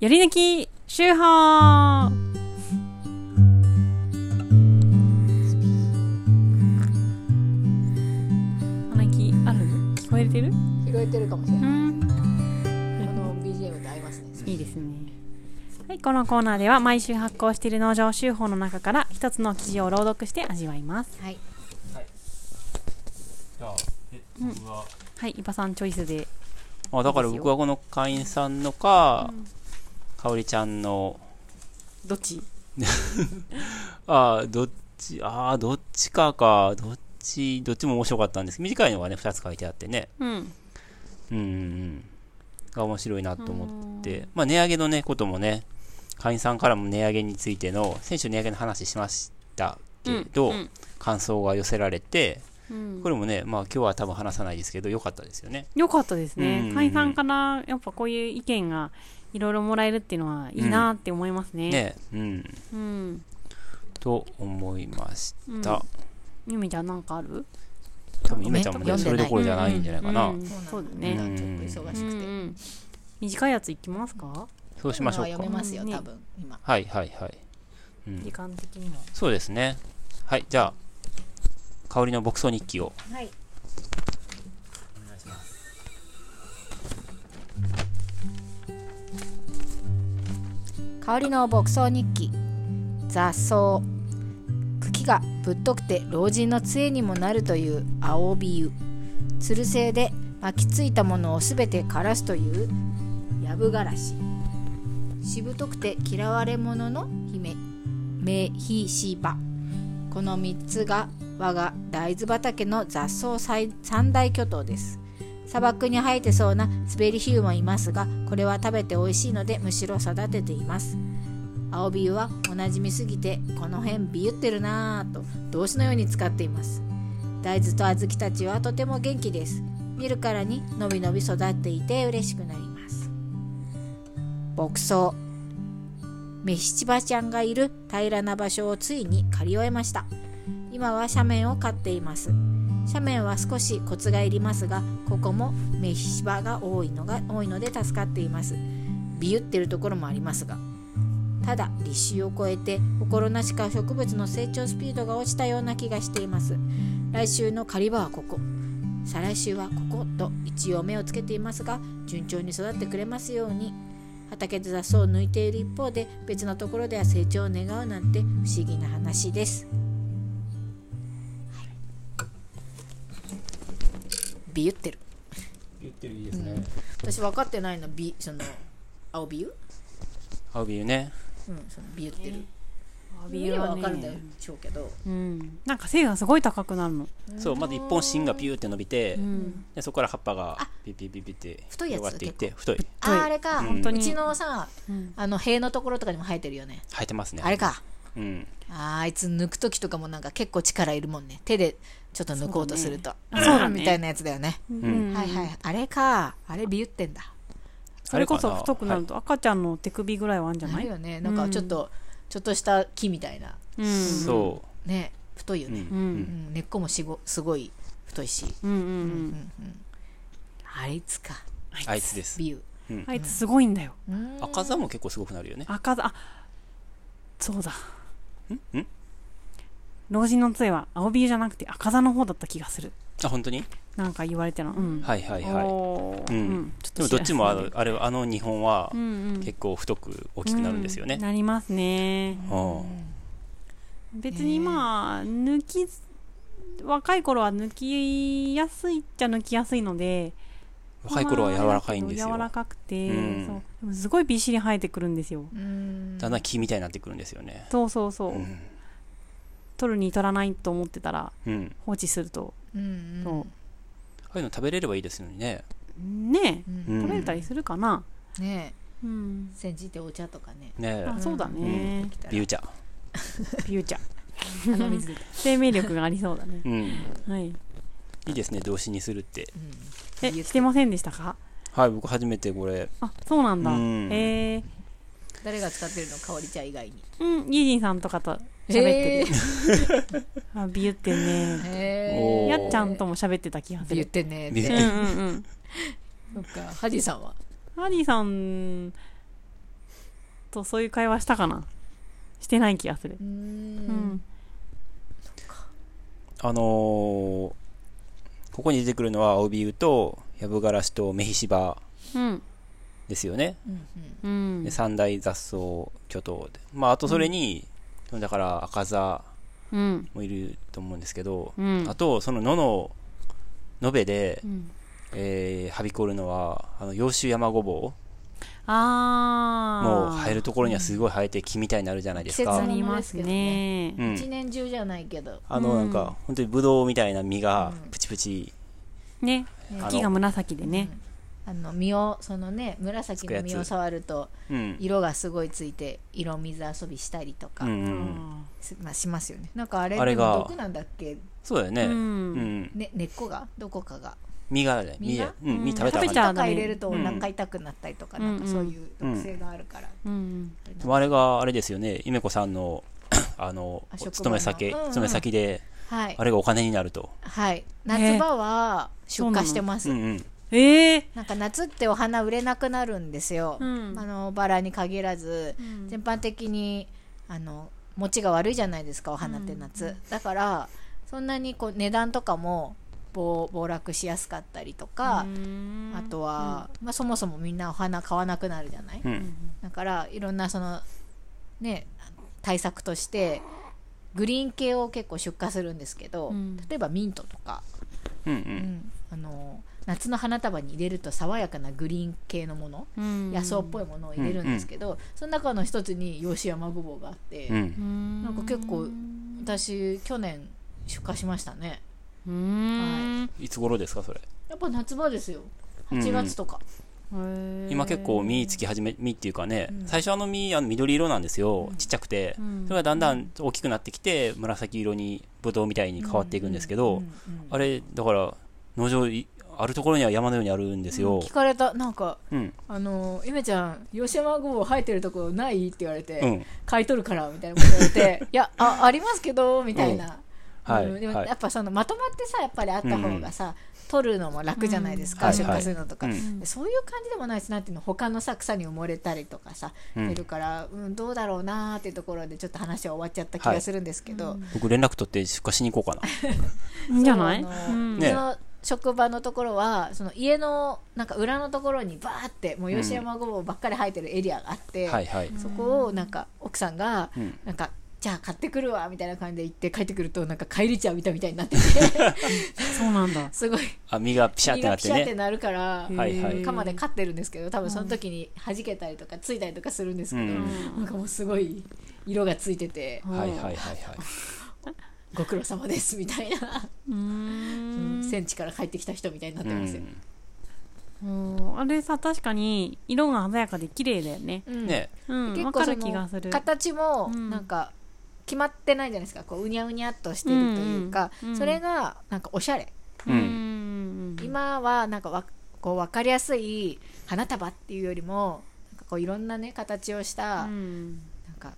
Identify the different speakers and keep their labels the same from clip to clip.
Speaker 1: やり抜き週報鼻息ある聞こえてる
Speaker 2: 拾えてるかもしれ
Speaker 1: う
Speaker 2: ない。
Speaker 1: ん
Speaker 2: この BGM と合いますね。
Speaker 1: いいですね。はい、このコーナーでは毎週発行している農場集報の中から一つの記事を朗読して味わいます。
Speaker 2: はい。
Speaker 3: じゃあ、え、
Speaker 1: うん
Speaker 3: 僕は、
Speaker 1: はい、伊庭さんチョイスで。
Speaker 4: あだから
Speaker 1: いいですよ
Speaker 4: 僕はこの会員さんのか、
Speaker 1: うん
Speaker 4: かおりちゃんの
Speaker 1: どっち
Speaker 4: ああどっちああどっちかかどっちどっちも面白かったんです短いのがね2つ書いてあってね
Speaker 1: うん。
Speaker 4: うんうんうんが面白いなと思ってまあ値上げのねこともね会員さんからも値上げについての先週値上げの話しましたけど、
Speaker 1: うん
Speaker 4: 感想が寄せられて
Speaker 1: うん
Speaker 4: これもねまあ今日は多分話さないですけど良かったですよね
Speaker 1: よかったです
Speaker 4: うんうん
Speaker 1: ね
Speaker 4: う。ん
Speaker 1: 会員さんからやっぱこういう意見がいろいろもらえるっていうのはいいなって思いますね。
Speaker 4: ねうん
Speaker 1: うん。
Speaker 4: と思いまし
Speaker 1: うん
Speaker 4: た、
Speaker 1: ゆみちゃんなんかある
Speaker 4: 多分ゆめちゃんもね
Speaker 2: 読んで
Speaker 4: そ
Speaker 2: ない
Speaker 4: れどころじゃないんじゃないかな、
Speaker 1: うんそうだね。
Speaker 2: なんだちょっと忙
Speaker 1: う
Speaker 2: し
Speaker 1: んう
Speaker 2: くて。
Speaker 1: ん短いやついきますか
Speaker 4: そうしましょう
Speaker 2: 今
Speaker 4: か
Speaker 2: は読めますよ、
Speaker 1: うんね
Speaker 2: 多分。今。
Speaker 4: はいはいはい、うん
Speaker 1: 時、間的にも。
Speaker 4: そうですねはいじゃあ香りの牧草日記を
Speaker 2: はい。香りの牧草日記雑草茎がぶっとくて老人の杖にもなるという青ビユつる性で巻きついたものをすべて枯らすというやぶがらししぶとくて嫌われ者の姫メヒシバこの3つが我が大豆畑の雑草最三大巨頭です砂漠に生えてそうなスベリヒユもいますがこれは食べて美味しいのでむしろ育てています青ビユはおなじみすぎてこの辺ビユってるなぁと動詞のように使っています大豆と小豆たちはとても元気です見るからにのびのび育っていて嬉しくなります牧草メヒチバちゃんがいる平らな場所をついに借り終えました今は斜面を刈っています斜面は少しコツがいりますがここも目芝が多いのが多いので助かっていますビユってるところもありますがただ立秋を超えて心なしか植物の成長スピードが落ちたような気がしています来週の狩り場はここ再来週はここと一応目をつけていますが順調に育ってくれますように畑で雑草を抜いている一方で別のところでは成長を願うなんて不思議な話ですビユってる
Speaker 4: 言ってるいいですね、
Speaker 2: 私分かってないのビその青ビユ
Speaker 4: 青ビールね
Speaker 2: うんそのビユってる
Speaker 1: ア
Speaker 2: ビユは分かるんでしょうけど
Speaker 1: うん。なんか背がすごい高くなるの。
Speaker 4: そうまず一本芯がピューって伸びて、
Speaker 1: うん。
Speaker 4: でそこから葉っぱがピピピピって
Speaker 2: 太いやつ
Speaker 4: 広がっていって太い
Speaker 2: あーあれか
Speaker 4: 本
Speaker 1: 当
Speaker 2: う
Speaker 1: に
Speaker 2: ちのさ
Speaker 1: うん
Speaker 2: あの塀のところとかにも生えてるよね
Speaker 4: 生えてますね
Speaker 2: あれか
Speaker 4: うん
Speaker 2: あーあいつ抜く時とかもなんか結構力いるもんね手でちょっと抜こうとすると
Speaker 1: そうだねあそうだね
Speaker 2: みたいなやつだよね
Speaker 1: うん
Speaker 2: はいはいあれかあれビユってんだ
Speaker 1: それこそ太くなると赤ちゃんの手首ぐらいはあるんじゃ
Speaker 2: あ
Speaker 1: な
Speaker 2: る
Speaker 1: い
Speaker 2: よねなんかちょっとちょっとした木みたいな
Speaker 1: うん
Speaker 4: そ、
Speaker 2: ね太いうよ
Speaker 4: うん
Speaker 2: ね
Speaker 4: うん
Speaker 2: うん根っこもしごすごい太いし
Speaker 1: うんうんう
Speaker 2: うん
Speaker 1: ん
Speaker 2: うんあれいつか
Speaker 4: あいつです
Speaker 2: ビユ
Speaker 1: あいつすごいんだよ
Speaker 4: 赤座も結構すごくなるよね
Speaker 1: 赤座あそうだ
Speaker 4: んん
Speaker 1: 老人の杖は青ビーじゃなくて赤座の方だった気がする
Speaker 4: あ本当に
Speaker 1: なんか言われてなうん
Speaker 4: はいはいは
Speaker 1: おー
Speaker 4: うん
Speaker 1: ちょ
Speaker 4: いでもどっちもあの
Speaker 1: る
Speaker 4: あれあの日本は
Speaker 1: 結
Speaker 4: 結構太く大きくなるんですよね、
Speaker 1: なりますね
Speaker 4: うん
Speaker 1: 別にまあ抜き若い頃は抜きやすいっちゃ抜きやすいので
Speaker 4: 若い頃は柔らかいんですよ
Speaker 1: 柔らかくて、
Speaker 4: うん
Speaker 1: そうでもすごいびっしり生えてくるんですよ
Speaker 2: うん
Speaker 4: だんだん木みたいになってくるんですよね
Speaker 1: そうそうそう、
Speaker 4: うん
Speaker 1: 取るに取らないと思ってたら
Speaker 4: うん
Speaker 1: 放置すると、
Speaker 2: うん
Speaker 1: そ
Speaker 4: ああいうの食べれればいいですのにね
Speaker 1: うね
Speaker 2: う
Speaker 4: うん
Speaker 1: え
Speaker 4: ん
Speaker 1: 取れたりするかな、
Speaker 2: ね
Speaker 1: うん
Speaker 2: え煎じてお茶とかね
Speaker 4: ね
Speaker 1: あそうだ
Speaker 4: え
Speaker 1: ね、
Speaker 4: ビューチャー、
Speaker 1: ビューチャー
Speaker 2: 鼻水出た
Speaker 1: 生命力がありそうだね
Speaker 4: うん
Speaker 1: はい、
Speaker 4: いいですね動詞にするって
Speaker 1: えしてませんでしたか
Speaker 4: はい僕初めてこれ
Speaker 1: あそうなんだ、
Speaker 4: うん
Speaker 1: えー、
Speaker 2: 誰が使ってるのかおりちゃん以外に
Speaker 1: うんイージンさんとかと喋ってる、 あビューってね
Speaker 2: へ
Speaker 4: おー
Speaker 1: やっちゃんとも喋ってた気がす
Speaker 2: 言っ
Speaker 1: る
Speaker 2: てね
Speaker 4: ビュ
Speaker 1: う
Speaker 4: ー
Speaker 1: んうんうん
Speaker 2: そっかハジさんは
Speaker 1: ハリーさんとそういう会話したかなしてない気がする
Speaker 2: うー
Speaker 1: うんん
Speaker 4: あのーここに出てくるのは青ビウとヤブガラシとメヒシバ
Speaker 1: うん
Speaker 4: ですよね、
Speaker 2: うん
Speaker 1: うん
Speaker 4: で三大雑草巨頭でまああとそれに、だから赤座
Speaker 1: うん
Speaker 4: もいると思うんですけど、
Speaker 1: うん
Speaker 4: あとその野の延べで、
Speaker 1: うん
Speaker 4: えーはびこるのはあの洋州山ごぼう
Speaker 1: ああ
Speaker 4: もう生えるところにはすごい生えて木みたいになるじゃないです
Speaker 2: 季
Speaker 1: な
Speaker 2: 節
Speaker 4: か、
Speaker 2: の
Speaker 1: りますね
Speaker 4: うん、
Speaker 2: 一年中じゃないけど
Speaker 4: あのなんか本当にブドウみたいな実が
Speaker 2: うん
Speaker 4: プチプチ、
Speaker 1: ね
Speaker 4: あの
Speaker 1: 木が紫でね
Speaker 2: あの実をそのね紫の実を触ると
Speaker 4: うん
Speaker 2: 色がすごいついて色水遊びしたりとか、
Speaker 4: うんう、
Speaker 1: うんん
Speaker 2: すまあ、しますよねなんかあれ
Speaker 4: あれが
Speaker 2: でも毒なんだっけ、
Speaker 4: そうだよね、
Speaker 1: う
Speaker 4: うんん、
Speaker 2: ね、根っこがどこかが
Speaker 4: 実がね
Speaker 2: 実
Speaker 4: 実
Speaker 2: が
Speaker 4: うん、実食べた
Speaker 1: うん食
Speaker 4: らあ
Speaker 1: べ
Speaker 4: か
Speaker 1: ちゃ
Speaker 4: ん
Speaker 1: う
Speaker 2: 中入れるとお
Speaker 4: うん
Speaker 2: 腹痛くなったりとか、
Speaker 1: うん
Speaker 2: なんかそういう毒性があるから、
Speaker 1: うん
Speaker 4: でもあれがあれですよねゆめこさんのあの
Speaker 2: あ職場の
Speaker 4: 勤め先、
Speaker 2: うんうん
Speaker 4: 勤め先で
Speaker 2: はい
Speaker 4: あれがお金になると、
Speaker 2: はい
Speaker 1: ね
Speaker 2: 夏場は出荷してます、
Speaker 4: うんうん
Speaker 1: ええ
Speaker 2: なんか夏ってお花売れなくなるんですよ、
Speaker 1: うん
Speaker 2: あのバラに限らず全般的にあの持ちが悪いじゃないですかお花って夏、だからそんなにこう値段とかも暴暴落しやすかったりとか、あとは、まあ、そもそもみんなお花買わなくなるじゃない、
Speaker 4: うん
Speaker 2: だからいろんなそのね対策としてグリーン系を結構出荷するんですけど、
Speaker 1: うん
Speaker 2: 例えばミントとか、
Speaker 4: うんう
Speaker 2: うんんあの夏の花束に入れると爽やかなグリーン系のもの、野草っぽいものを入れるんですけど、その中の一つにヨシヤマグボウがあって、
Speaker 4: うん
Speaker 1: な
Speaker 2: なんか結構私去年出荷しましたね
Speaker 1: うん
Speaker 4: いつ頃ですかそれ
Speaker 2: やっぱ夏場ですよ
Speaker 4: うん
Speaker 2: 8月とか、
Speaker 4: 今結構実つき始め実っていうかね、
Speaker 2: うん
Speaker 4: 最初あの実あの緑色なんですよ、
Speaker 2: うん
Speaker 4: ちっちゃくて、
Speaker 1: うん
Speaker 4: それがだんだん大きくなってきて紫色にブドウみたいに変わっていくんですけ
Speaker 2: う
Speaker 4: ど、
Speaker 2: んうんうん
Speaker 4: あれだから農場いあるところには山のようにあるんですよ、
Speaker 2: 聞かれたなんか
Speaker 4: うん
Speaker 2: あのゆめちゃん吉山ごぼう生えてるとこないって言われて、
Speaker 4: うん
Speaker 2: 買い取るからみたいなこと言われ ていやあありますけどみたいな、
Speaker 4: はい、
Speaker 2: うんでも
Speaker 4: はい
Speaker 2: やっぱそのまとまってさやっぱりあった方がさ、取るのも楽じゃないですか、
Speaker 4: うん
Speaker 2: 出
Speaker 4: はいは
Speaker 2: 荷
Speaker 4: い
Speaker 2: するのとか、
Speaker 4: うん
Speaker 2: でそういう感じでもないしなんていうの他のさ草に埋もれたりとかさ、
Speaker 4: うん
Speaker 2: 出るから、うん、どうだろうなーっていうところでちょっと話は終わっちゃった気がするんですけど、
Speaker 4: 僕連絡取って出荷しに行こうかな
Speaker 1: いいんじゃない
Speaker 2: そうあの
Speaker 1: うん
Speaker 4: ね
Speaker 2: その職場のところはその家のなんか裏のところにバーってもう吉山ごぼうばっかり生えてるエリアがあって、
Speaker 4: はいはい、
Speaker 2: そこをなんか奥さんが、
Speaker 4: うん
Speaker 2: なんかじゃあ買ってくるわみたいな感じで行って帰ってくるとなんか帰りちゃうみたいみたいになって て
Speaker 1: そうなんだ
Speaker 2: すごい
Speaker 4: あ実がピシャっ
Speaker 2: 身
Speaker 4: てな
Speaker 2: が
Speaker 4: っ
Speaker 2: ピ
Speaker 4: て
Speaker 2: シャって
Speaker 4: ね
Speaker 2: なるから
Speaker 1: へー
Speaker 4: はいはい
Speaker 2: 鎌で飼ってるんですけど多分その時に弾けたりとかついたりとかするんですけど、
Speaker 4: うん
Speaker 2: なんかもうすごい色がついてて
Speaker 1: うん
Speaker 4: はいはいはいはい
Speaker 2: ご苦労様ですみたいな、
Speaker 1: う
Speaker 2: うん
Speaker 1: ん
Speaker 2: 戦地から帰ってきた人みたいになってますよ、
Speaker 1: うんあれさ確かに色が鮮やかで綺麗だよね
Speaker 2: うん
Speaker 4: ね
Speaker 1: うんわかる気がする
Speaker 2: 形も
Speaker 1: うん
Speaker 2: なんか決まってないじゃないですかこううにゃうにゃっとしてるというか、
Speaker 1: うんうん
Speaker 2: それがなんかおしゃれ、
Speaker 4: う
Speaker 1: うんん
Speaker 2: 今はなんかわこう分かりやすい花束っていうよりもなんかこういろんなね形をした、
Speaker 1: うん
Speaker 2: なんか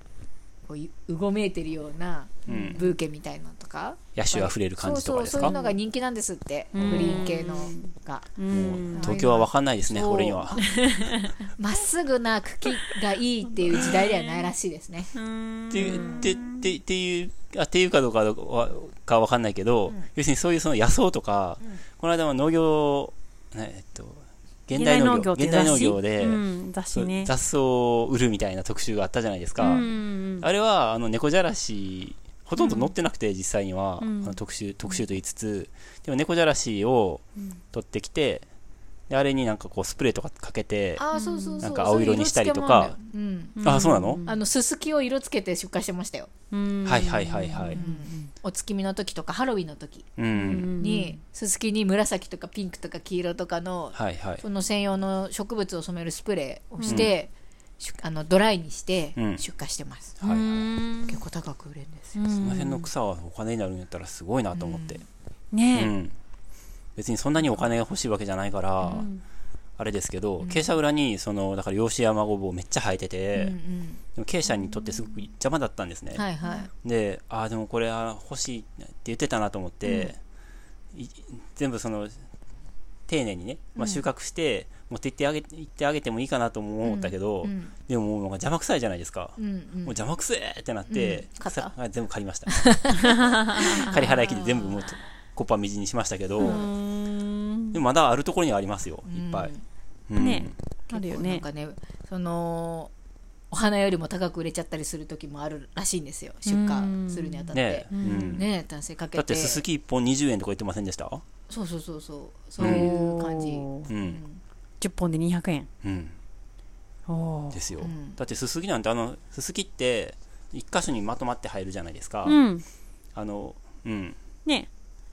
Speaker 2: こういうごめいてるような
Speaker 4: うん
Speaker 2: ブーケみたいのとか、
Speaker 4: 野趣あふれる感じとかです
Speaker 2: そうそうそういう
Speaker 4: か
Speaker 2: のが人気なんですってグ
Speaker 1: う
Speaker 2: リ
Speaker 1: ん
Speaker 2: ーン系のが
Speaker 1: うん
Speaker 4: 東京は分かんないですね
Speaker 2: そう
Speaker 4: 俺には
Speaker 2: まっすぐな茎がいいっていう時代ではないらしいですね
Speaker 4: っていう、って、って、っていう、あ、っていうかどうかは、かわかんないけど、
Speaker 2: うん
Speaker 4: 要するにそういうその野草とか、
Speaker 2: ん
Speaker 4: この間は農業、ねえっと、現代農業、現代農業で、
Speaker 1: うん雑誌ね
Speaker 4: 雑草を売るみたいな特集があったじゃないですか。
Speaker 1: うん
Speaker 4: あれは、あの、猫じゃらし、ほとんど載ってなくて、実際には、
Speaker 1: うん
Speaker 4: あの特集、特集と言いつつ、でも猫じゃらしを取ってきて、であれになんかこうスプレーとかかけて、
Speaker 2: ああそうそうそう
Speaker 4: なんか青色にしたりとか
Speaker 2: そういう色付けもあるんだようん
Speaker 4: あそうなの
Speaker 2: あのすすきを色つけて出荷してましたよ、
Speaker 4: はいはいはいはい。
Speaker 2: お月見の時とかハロウィンの時
Speaker 4: うん。
Speaker 2: に、すすきに紫とかピンクとか黄色とかの、
Speaker 4: はいはい。
Speaker 2: その専用の植物を染めるスプレーをして、出あのドライにして
Speaker 4: うん
Speaker 2: 出荷してます、
Speaker 4: はいはい。
Speaker 2: 結構高く売れるんですよ、
Speaker 1: そ
Speaker 4: その辺の草はお金になるんやったらすごいなと思って、うん
Speaker 1: ね
Speaker 4: 別にそんなにお金が欲しいわけじゃないから、あれですけど、傾斜裏にそのだから養子山ごぼうめっちゃ生えてて、
Speaker 2: うんうん
Speaker 4: でも傾斜にとってすごく邪魔だったんですね、
Speaker 2: はいはい
Speaker 4: でああでもこれは欲しいって言ってたなと思って、い全部その丁寧にね、まあ、収穫して、持って行ってあげ行ってあげてもいいかなとも思ったけど、
Speaker 2: うん
Speaker 4: でももうなんか邪魔くさいじゃないですか。
Speaker 2: うんうん
Speaker 4: もう邪魔くせえってなって、
Speaker 2: うん買った
Speaker 4: さ全部借りました。 借り払い切って全部もうコッパみじんにしましたけど、
Speaker 1: うーん
Speaker 4: でもまだあるところにはありますよ、いっぱい。うん
Speaker 1: ねある
Speaker 2: 結
Speaker 1: よ
Speaker 2: 構なん
Speaker 1: ね
Speaker 2: かねそのお花よりも高く売れちゃったりする時もあるらしいんですよ出
Speaker 1: うん
Speaker 2: 荷するにあたって
Speaker 4: ね
Speaker 2: ね
Speaker 4: う
Speaker 1: うんん
Speaker 2: え男性かけて
Speaker 4: だってすすき1本20円とか言ってませんでした
Speaker 2: そうそうそうそうそういう感じ、
Speaker 1: おー
Speaker 4: う
Speaker 2: うん
Speaker 4: ん、
Speaker 1: 10本で200円
Speaker 4: うん、
Speaker 1: おー
Speaker 4: ですよ、
Speaker 2: うん
Speaker 4: だってすすきなんてあのすすきって一箇所にまとまって入るじゃないですか、
Speaker 1: うん
Speaker 4: あのうん
Speaker 1: ね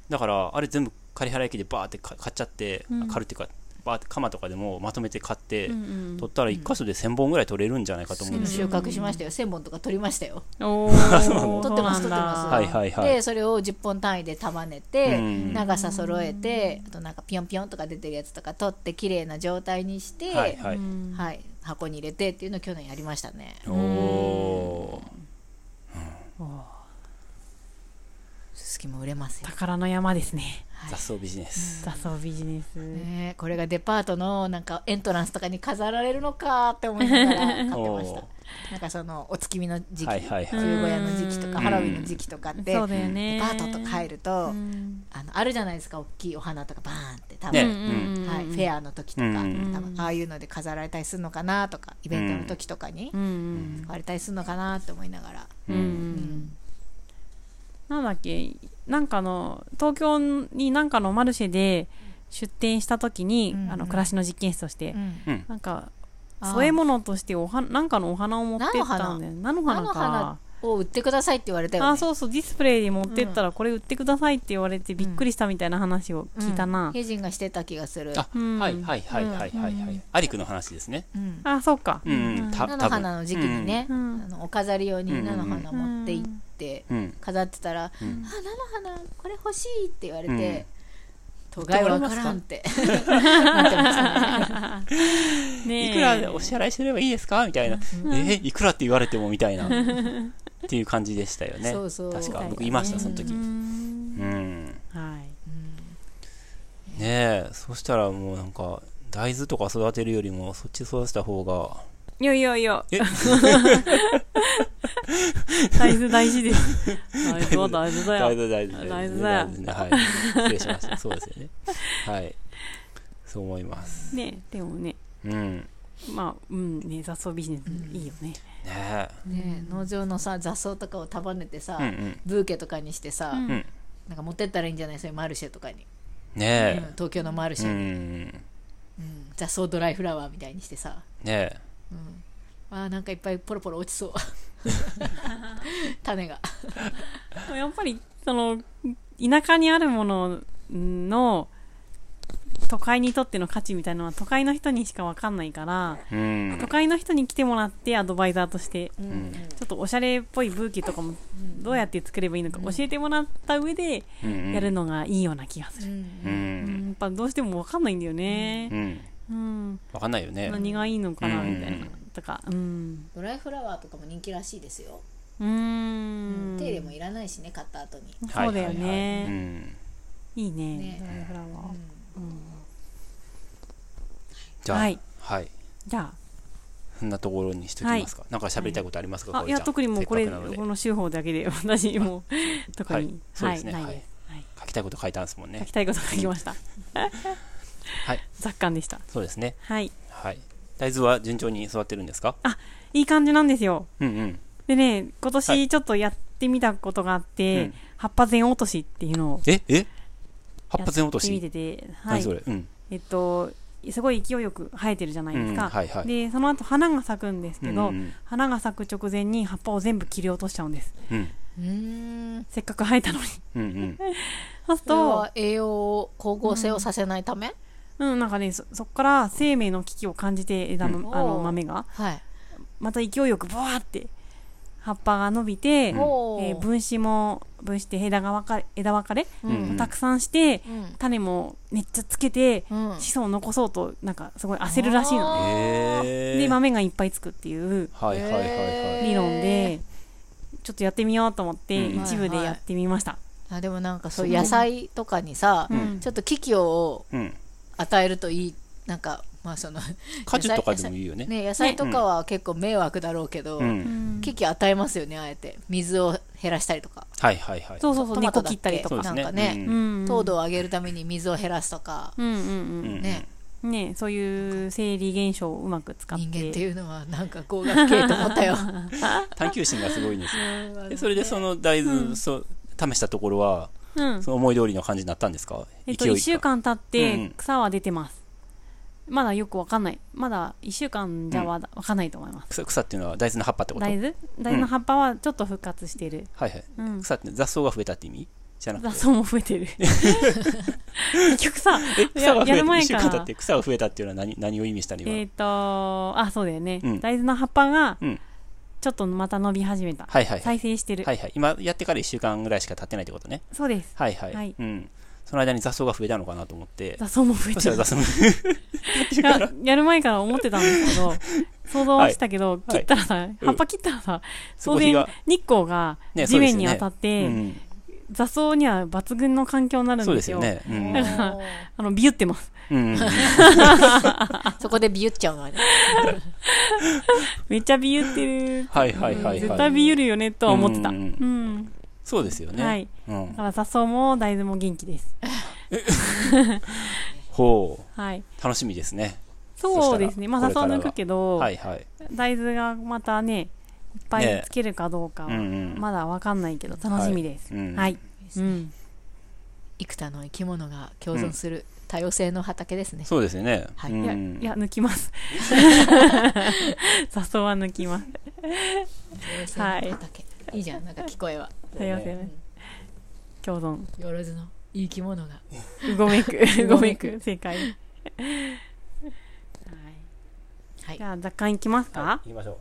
Speaker 4: だからあれ全部借り払い機でバーってか買っちゃって、
Speaker 1: うん
Speaker 4: あ買るっていうかバーって釜とかでもまとめて買って、
Speaker 1: うん
Speaker 4: 取ったら一箇所で1000本ぐらい取れるんじゃないかと思うんですよ、
Speaker 2: 収穫しましたよ1000本とか取りましたよ
Speaker 1: うんおー
Speaker 2: 取ってます
Speaker 1: そうなんだ
Speaker 4: はいはいはい
Speaker 2: でそれを10本単位で束ねて、
Speaker 4: うん
Speaker 2: 長さ揃えてあとなんかピヨンピヨンとか出てるやつとか取って綺麗な状態にして、
Speaker 4: は
Speaker 2: はいい
Speaker 4: はい、
Speaker 1: うん
Speaker 2: 箱に入れてっていうのを去年やりましたね
Speaker 4: おお
Speaker 2: すすきも売れますよ、
Speaker 1: 宝の山ですね
Speaker 4: ー
Speaker 2: はい
Speaker 4: 雑草ビジネス、
Speaker 1: 雑草ビジネス、
Speaker 2: ねえこれがデパートのなんかエントランスとかに飾られるのかって思いながら買ってまし
Speaker 4: おー
Speaker 2: たなんかそのお月見の時期、
Speaker 4: はいはいはい
Speaker 2: 十五夜の時期と
Speaker 1: う
Speaker 2: か
Speaker 1: ん
Speaker 2: ハロウィンの時期とかって、
Speaker 1: そうだよね
Speaker 2: デパートとか入ると、
Speaker 1: うん
Speaker 2: あのあるじゃないですか大きいお花とかバーンって多
Speaker 4: ね
Speaker 2: 分、
Speaker 1: うんうんうん
Speaker 2: はい、フェアの時とか、
Speaker 4: うん
Speaker 2: 多分ああいうので飾られたりするのかなとかイベントの時とかに
Speaker 1: うんうん
Speaker 2: 割れたりするのかなって思いながら、
Speaker 1: うんう
Speaker 2: うんん
Speaker 1: なんだっけなんかの東京になんかのマルシェで出店した時に、
Speaker 2: うんうん
Speaker 1: あの暮らしの実験室として、
Speaker 4: うん
Speaker 1: なんか
Speaker 2: あー
Speaker 1: 添え物としておはなんかのお花を持ってったんだよね菜の
Speaker 2: 菜
Speaker 1: 花
Speaker 2: の
Speaker 1: か
Speaker 2: 花を売ってくださいって言われたよね
Speaker 1: あーそうそうディスプレイに持ってったらこれ売ってくださいって言われてびっくりしたみたいな話を聞いたな、
Speaker 2: うんヘジンがしてた気がする
Speaker 4: あ、
Speaker 1: うん
Speaker 4: はいはいはいはいはいはいアリクの話ですね
Speaker 2: うん
Speaker 1: あそうか
Speaker 4: うんうん、た
Speaker 2: 菜の花の時期にね、
Speaker 1: うん
Speaker 2: あのお飾り用に菜の花持って行って
Speaker 4: 多分うん
Speaker 2: 飾ってたら「
Speaker 4: うん
Speaker 2: あ菜の花これ欲しい」って言われ
Speaker 4: うん
Speaker 2: て「都外わからん」って なってましたね
Speaker 1: ねえ
Speaker 4: いくらお支払いすればいいですかみたいな、えいくらって言われてもみたいなっていう感じでしたよね
Speaker 2: そうそう
Speaker 4: 確か
Speaker 1: そう
Speaker 4: 僕いましたその時
Speaker 1: う
Speaker 4: うん
Speaker 1: ん
Speaker 4: ね
Speaker 1: はい
Speaker 4: えそしたらもうなんか大豆とか育てるよりもそっち育てた方が
Speaker 1: いやいやいや
Speaker 4: え
Speaker 1: 大豆大事です大豆は大豆だ
Speaker 4: 大
Speaker 1: よ
Speaker 4: 豆大豆
Speaker 1: 大豆だよ
Speaker 4: 大豆ねはい失礼しましたそうですよね はいそう思います
Speaker 1: ねえでもね
Speaker 4: うんね
Speaker 1: まあうんね雑草ビジネスいいよね
Speaker 4: え
Speaker 2: ねえ農場のさ雑草とかを束ねてさ、
Speaker 4: うんうん
Speaker 2: ブーケとかにしてさ、
Speaker 1: うん
Speaker 4: うん
Speaker 2: なんか持ってったらいいんじゃないそういうマルシェとかに、うん
Speaker 4: ね
Speaker 2: 東京のマルシ
Speaker 4: えう
Speaker 2: ェ、
Speaker 4: ん
Speaker 2: うん雑草ドライフラワーみたいにしてさ、
Speaker 4: ねえ
Speaker 2: うん、あーなんかいっぱいポロポロ落ちそう 種が
Speaker 1: やっぱりその田舎にあるものの都会にとっての価値みたいなのは都会の人にしかわかんないから
Speaker 4: うん
Speaker 1: 都会の人に来てもらってアドバイザーとして
Speaker 2: うん
Speaker 4: ん
Speaker 1: ちょっとおしゃれっぽいブーケとかもどうやって作ればいいのか教えてもらった上で
Speaker 4: うん
Speaker 1: やるのがいいような気がす
Speaker 2: う
Speaker 1: る、
Speaker 2: ん
Speaker 4: う
Speaker 1: うん
Speaker 4: ん
Speaker 1: やっぱどうしてもわかんないんだよね
Speaker 4: うん
Speaker 1: うん、
Speaker 4: わかんないよね
Speaker 1: 何がいいのかなみたいな、
Speaker 4: うん
Speaker 1: とかうん
Speaker 2: ドライフラワーとかも人気らしいですよ、
Speaker 1: うーん
Speaker 2: 手入れもいらないしね買った後に、
Speaker 1: そうだよね、い
Speaker 4: はいはいいはいうん
Speaker 1: ね
Speaker 2: ね
Speaker 1: ドライフラワー、
Speaker 4: じゃあ、は
Speaker 1: はいい、じゃ
Speaker 4: そんなところにしときますか。なんか喋りたいことありますか、
Speaker 1: ああ
Speaker 4: こ
Speaker 1: い
Speaker 4: れ
Speaker 1: や
Speaker 4: ちゃん
Speaker 1: 特にもうこれ
Speaker 4: せっかくなので
Speaker 1: この手法だけで私もう特に
Speaker 4: はい
Speaker 1: は
Speaker 4: そう
Speaker 1: い、
Speaker 4: ですね
Speaker 1: ないです、はい
Speaker 4: 書きたいこと書いたんですもん
Speaker 1: 書
Speaker 4: ね
Speaker 1: き。たいこと書きま した
Speaker 4: はい、
Speaker 1: 雑感でした
Speaker 4: そうですね。
Speaker 1: はい
Speaker 4: はい。大豆は順調に育ってるんですか？
Speaker 1: いい感じなんですよ
Speaker 4: うんうん。
Speaker 1: でね今
Speaker 4: は
Speaker 1: 年ちょっとやってみたことがあって、
Speaker 4: うん
Speaker 1: 葉っぱ全落としっていうのを
Speaker 4: ええ？葉っぱ全落と
Speaker 1: やってみ。
Speaker 4: して
Speaker 1: て、は
Speaker 4: 何
Speaker 1: い
Speaker 4: そ、れ？うん。
Speaker 1: えっとすごい勢いよく生えてるじゃないです
Speaker 4: うん
Speaker 1: か、
Speaker 4: はいはい。
Speaker 1: でその後花が咲くんですけど、
Speaker 4: うんうん
Speaker 1: 花が咲く直前に葉っぱを全部切り落としちゃうんです
Speaker 4: うん
Speaker 2: うん
Speaker 1: せっかく生えたのに
Speaker 4: うんうん
Speaker 1: そうする
Speaker 2: それ
Speaker 1: と
Speaker 2: は栄養を光合成をさせないため、
Speaker 1: うんなんかねそそこから生命の危機を感じて枝の,、
Speaker 2: うん
Speaker 1: あ
Speaker 2: お
Speaker 1: の
Speaker 2: ー
Speaker 1: 豆が
Speaker 2: はい、
Speaker 1: また勢いよくボワーって葉っぱが伸びて、
Speaker 4: うん
Speaker 2: お
Speaker 1: えー
Speaker 2: ー
Speaker 1: 分子も分子って枝が分かれ枝分かれ、
Speaker 2: う
Speaker 4: うん
Speaker 2: ん
Speaker 1: たくさんして
Speaker 2: うん
Speaker 1: 種もめっちゃつけて
Speaker 2: うん
Speaker 1: 子孫を残そうとなんかすごい焦るらしいのね
Speaker 2: あー
Speaker 4: へー
Speaker 1: で豆がいっぱいつくっていう
Speaker 4: はいはいはいはい。
Speaker 1: 理論
Speaker 2: へ
Speaker 1: でちょっとやってみようと思って
Speaker 4: うん
Speaker 1: 一部でやってみました、
Speaker 2: あでもなんかそういう野菜とかにさ、
Speaker 1: うん
Speaker 2: ちょっと危機を
Speaker 4: うん。
Speaker 2: 与えるといいなんかまあその
Speaker 4: 果樹とかでもいいよね。
Speaker 2: ね野菜とかは結構迷惑だろうけど、
Speaker 4: う。
Speaker 1: うんん
Speaker 2: ケーキ与えますよねあえて水を減らしたりとか
Speaker 4: はいはいはい。
Speaker 1: そうそうそう、
Speaker 2: トマ
Speaker 1: 根
Speaker 2: ト
Speaker 1: こ
Speaker 2: だ
Speaker 1: 切ったりと
Speaker 4: そう
Speaker 1: か。
Speaker 2: な
Speaker 4: です
Speaker 2: んかね
Speaker 1: う
Speaker 4: ね。
Speaker 1: ん
Speaker 2: 糖度を上げるために水を減らすとか、
Speaker 1: うんうん
Speaker 4: うん
Speaker 1: うん
Speaker 4: うん
Speaker 2: ね
Speaker 1: うん。ねそういう生理現象をうまく使って。
Speaker 2: 人間っていうのはなんか合格系と思ったよ
Speaker 4: 探求心がすごいんですよ。
Speaker 2: うん
Speaker 4: でそれでその大豆、そう試したところは、
Speaker 1: うん
Speaker 4: そ。の思い通りの感じになったんですか
Speaker 1: えっと、
Speaker 4: 勢い
Speaker 1: 1
Speaker 4: が
Speaker 1: 週間経
Speaker 4: うんう
Speaker 1: っ
Speaker 4: ん
Speaker 1: て草は出てます。まだよくわかんない。まだ1週間じゃわわかんないと思います。
Speaker 4: 草草っていうのは大豆の葉っぱってことは
Speaker 1: 大
Speaker 4: い
Speaker 1: 豆大豆の葉っぱはちょっと復活してる。
Speaker 4: はい。
Speaker 1: うん。
Speaker 4: 草って雑草が増えたって意味じゃなく
Speaker 1: 雑
Speaker 4: て。
Speaker 1: 草も増えてる。結局さ、
Speaker 4: え、草が増
Speaker 1: やる
Speaker 4: えた。
Speaker 1: 前
Speaker 4: 一週
Speaker 1: から
Speaker 4: 間経って草が増えたっていうのは何何を意味したの今。
Speaker 1: えっと、あ、そうだよね
Speaker 4: うん。
Speaker 1: 大豆の葉っぱが
Speaker 4: うん、
Speaker 1: ちょっとまた伸び始めた。
Speaker 4: はいはいはい。
Speaker 1: 再生してる
Speaker 4: は。いはい。今やってから1週間ぐらいしか経ってないってことね。
Speaker 1: そうです。
Speaker 4: はいはい。
Speaker 1: はい
Speaker 4: うん。その間に雑草が増えたのかなと思って。
Speaker 1: 雑草も増え
Speaker 4: そしてたら
Speaker 1: る
Speaker 4: 雑。草がっていうから
Speaker 1: ややる前から思ってたんです けど、想像はしたけど、
Speaker 4: い
Speaker 1: 切ったらさ、
Speaker 4: うん
Speaker 1: 葉っぱ切ったらさ、
Speaker 4: そ
Speaker 1: 当
Speaker 4: こ日
Speaker 1: 然
Speaker 4: が、
Speaker 1: 日光が
Speaker 4: ね
Speaker 1: 地面に
Speaker 4: そう
Speaker 1: 当
Speaker 4: ですよね
Speaker 1: たっ
Speaker 4: う
Speaker 1: て、
Speaker 4: ん、
Speaker 1: 雑草には抜群の環境になるん
Speaker 4: そう
Speaker 1: で
Speaker 4: ですす
Speaker 1: よ。
Speaker 4: よね。うん
Speaker 1: だからあの、ビュってます。
Speaker 4: うん。うん
Speaker 2: そこでビュっちゃうわね
Speaker 1: めっちゃビュってる。
Speaker 4: はいはいはい
Speaker 1: 絶
Speaker 4: は
Speaker 1: 対
Speaker 4: い。
Speaker 1: ビュるよね、とは思ってた。
Speaker 4: う
Speaker 1: うんん。
Speaker 4: そうですよね。
Speaker 1: はい。
Speaker 4: うん
Speaker 1: だか。ら雑草も大豆も元気です。
Speaker 4: ほ
Speaker 1: はい。
Speaker 4: う。楽しみですね。
Speaker 1: そうですね。まあ
Speaker 4: そ
Speaker 1: 雑
Speaker 4: した
Speaker 1: 草
Speaker 4: ら
Speaker 1: 抜くけど、
Speaker 4: はいはい。
Speaker 1: 大豆がまたね、いっぱいつけるかどうか
Speaker 4: うんう
Speaker 1: は、
Speaker 4: ん。
Speaker 1: まだわかんないけど、楽しみです。
Speaker 4: うん
Speaker 1: はい。うん。
Speaker 2: 幾多の生き物が共存する多様性の畑ですね、
Speaker 4: そうですよね。
Speaker 2: はい
Speaker 4: うん
Speaker 1: いや、いや、抜き ます。雑草は抜きます。
Speaker 2: 多様性の畑、い、いじゃんなんか聞こえは
Speaker 1: 多様性
Speaker 2: ね
Speaker 1: ね。共存。
Speaker 2: よろずのいい生き物が
Speaker 1: うごめく。 うごめく。正解。はい
Speaker 2: はい
Speaker 1: じゃあ、雑感いきますか、
Speaker 4: 行きましょう。